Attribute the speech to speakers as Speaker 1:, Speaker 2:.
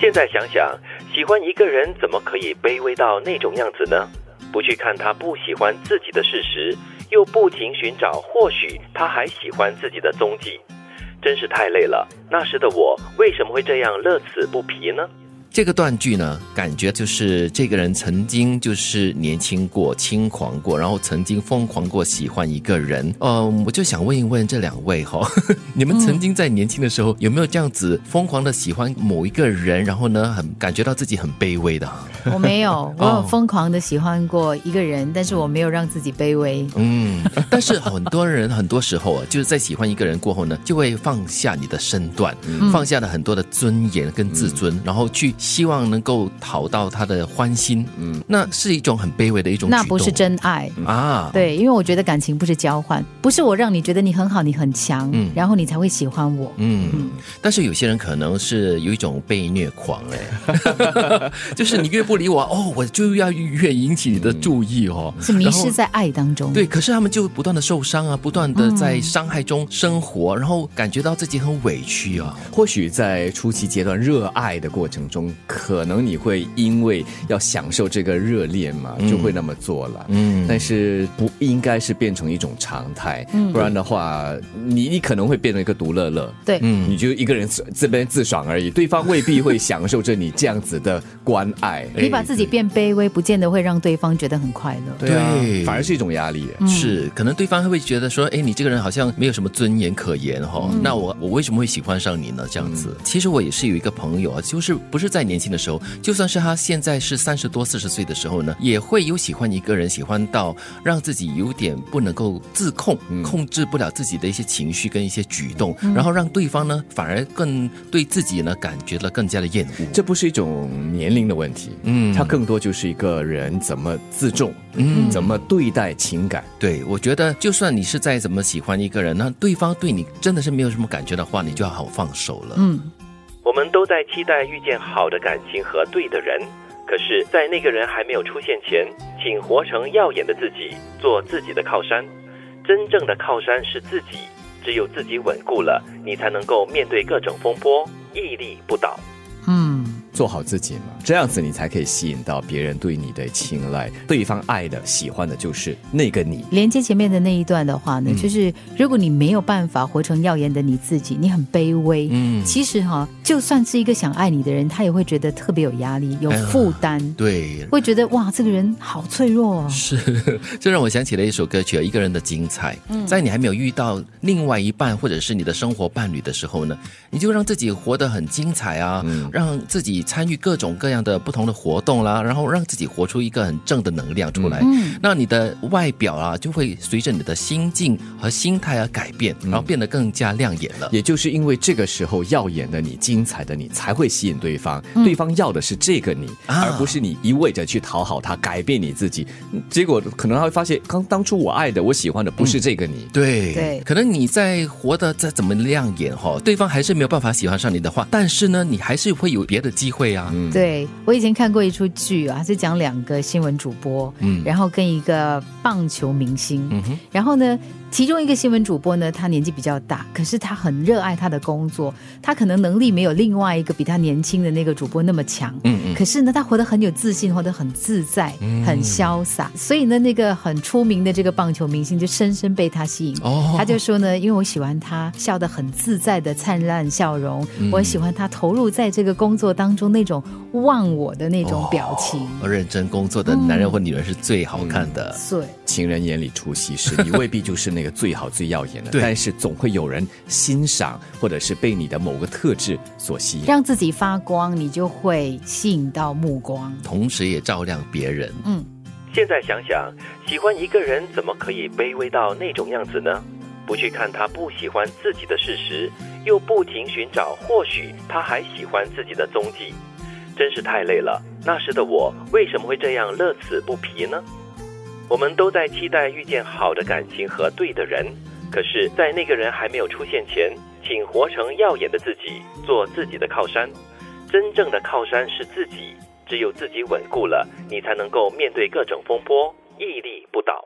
Speaker 1: 现在想想，喜欢一个人怎么可以卑微到那种样子呢？不去看他不喜欢自己的事实，又不停寻找或许他还喜欢自己的踪迹，真是太累了。那时的我为什么会这样乐此不疲呢？
Speaker 2: 这个断句呢，感觉就是这个人曾经就是年轻过、轻狂过，然后曾经疯狂过喜欢一个人。嗯，我就想问一问这两位哈、 你们曾经在年轻的时候有没有这样子疯狂的喜欢某一个人，然后呢，很感觉到自己很卑微的？
Speaker 3: 我没有，
Speaker 2: 哦
Speaker 3: 我很疯狂的喜欢过一个人，但是我没有让自己卑微。
Speaker 2: 嗯，但是很多人很多时候啊，就是在喜欢一个人过后呢，就会放下你的身段，放下了很多的尊严跟自尊，然后去希望能够讨到他的欢心。嗯，那是一种很卑微的一种举动，
Speaker 3: 那不是真爱。
Speaker 2: 啊。
Speaker 3: 对，因为我觉得感情不是交换，不是我让你觉得你很好，你很强，
Speaker 2: 嗯
Speaker 3: 然后你才会喜欢我。
Speaker 2: 嗯，但是有些人可能是有一种被虐狂哎、 就是你越不理我哦，我就要越引起你的注意哦，
Speaker 3: 是迷
Speaker 2: 然后
Speaker 3: 失在爱当中。
Speaker 2: 对，可是他们就不断的受伤啊，不断的在伤害中生活，然后感觉到自己很委屈啊。
Speaker 4: 或许在初期阶段热爱的过程中，可能你会因为要享受这个热恋嘛，
Speaker 3: 嗯
Speaker 4: 就会那么做了。
Speaker 2: 嗯，
Speaker 4: 但是不应该是变成一种常态，
Speaker 3: 嗯
Speaker 4: 不然的话，你你可能会变成一个独乐乐，
Speaker 3: 对
Speaker 4: 嗯，你就一个人自这边自爽而已，对方未必会享受着你这样子的关爱。
Speaker 3: 嗯你把自己变卑微，不见得会让对方觉得很快乐。
Speaker 4: 对啊
Speaker 2: 对
Speaker 4: 反而是一种压力。
Speaker 2: 是，可能对方会觉得说，哎，你这个人好像没有什么尊严可言哈、哦那我我为什么会喜欢上你呢？这样子，其实我也是有一个朋友啊，就是不是在年轻的时候，就算是他现在是三十多四十岁的时候呢，也会有喜欢一个人，喜欢到让自己有点不能够自控，控制不了自己的一些情绪跟一些举动，然后让对方呢反而更对自己呢感觉了更加的厌恶。
Speaker 4: 这不是一种年龄的问题，
Speaker 2: 嗯
Speaker 4: 嗯，它更多就是一个人怎么自重，嗯，怎么对待情感。
Speaker 2: 对，我觉得就算你是再怎么喜欢一个人，那对方对你真的是没有什么感觉的话，你就要好好放手了。
Speaker 3: 嗯，
Speaker 1: 我们都在期待遇见好的感情和对的人，可是，在那个人还没有出现前，请活成耀眼的自己，做自己的靠山。真正的靠山是自己，只有自己稳固了，你才能够面对各种风波，屹立不倒。
Speaker 3: 嗯，
Speaker 4: 做好自己嘛，这样子你才可以吸引到别人对你的青睐，对方爱的、喜欢的就是那个你。
Speaker 3: 连接前面的那一段的话呢，
Speaker 2: 嗯
Speaker 3: 就是如果你没有办法活成耀眼的你自己，你很卑微。
Speaker 2: 嗯
Speaker 3: 其实哈、就算是一个想爱你的人，他也会觉得特别有压力、有
Speaker 2: 哎呀
Speaker 3: 负担，
Speaker 2: 对，
Speaker 3: 会觉得哇，这个人好脆弱哦。
Speaker 2: 是， 这让我想起了一首歌曲《一个人的精彩》。在你还没有遇到另外一半或者是你的生活伴侣的时候呢，你就让自己活得很精彩啊，让自己参与各种各样的不同的活动啦，然后让自己活出一个很正的能量出来。
Speaker 3: 嗯
Speaker 2: 那你的外表啊，就会随着你的心境和心态而改变，然后变得更加亮眼了。
Speaker 4: 也就是因为这个时候耀眼的你、精彩的你，才会吸引对方。对方要的是这个你，
Speaker 2: 嗯啊
Speaker 4: 而不是你一味着去讨好他、改变你自己。嗯结果可能他会发现，刚当初我爱的、我喜欢的不是这个你。
Speaker 2: 对
Speaker 3: 对
Speaker 2: 可能你在活得再怎么亮眼哈、对方还是没有办法喜欢上你的话，但是呢，你还是会有别的机会啊。
Speaker 4: 嗯
Speaker 3: 对我以前看过一出剧啊，是讲两个新闻主播，嗯，然后跟一个棒球明星，嗯
Speaker 2: 哼，
Speaker 3: 然后呢，其中一个新闻主播呢，他年纪比较大，可是他很热爱他的工作，他可能能力没有另外一个比他年轻的那个主播那么强，
Speaker 2: 嗯嗯。
Speaker 3: 可是呢，他活得很有自信，活得很自在，很潇洒。所以呢，那个很出名的这个棒球明星就深深被他吸引。
Speaker 2: 哦
Speaker 3: 他就说呢，因为我喜欢他笑得很自在的灿烂笑容，我喜欢他投入在这个工作当中那种忘我的那种表情。
Speaker 2: 而哦认真工作的男
Speaker 3: 嗯
Speaker 2: 人或女人是最好看的。
Speaker 3: 对，
Speaker 4: 情人眼里出西施，你未必就是那个最好、最耀眼的，
Speaker 2: 对
Speaker 4: 但是总会有人欣赏，或者是被你的某个特质所吸引。
Speaker 3: 让自己发光，你就会吸引到目光。嗯
Speaker 2: 同时也照亮别人。
Speaker 1: 现在想想，喜欢一个人怎么可以卑微到那种样子呢？不去看他不喜欢自己的事实，又不停寻找或许他还喜欢自己的踪迹，真是太累了。那时的我为什么会这样乐此不疲呢？我们都在期待遇见好的感情和对的人，可是，在那个人还没有出现前，请活成耀眼的自己，做自己的靠山。真正的靠山是自己，只有自己稳固了，你才能够面对各种风波，屹立不倒。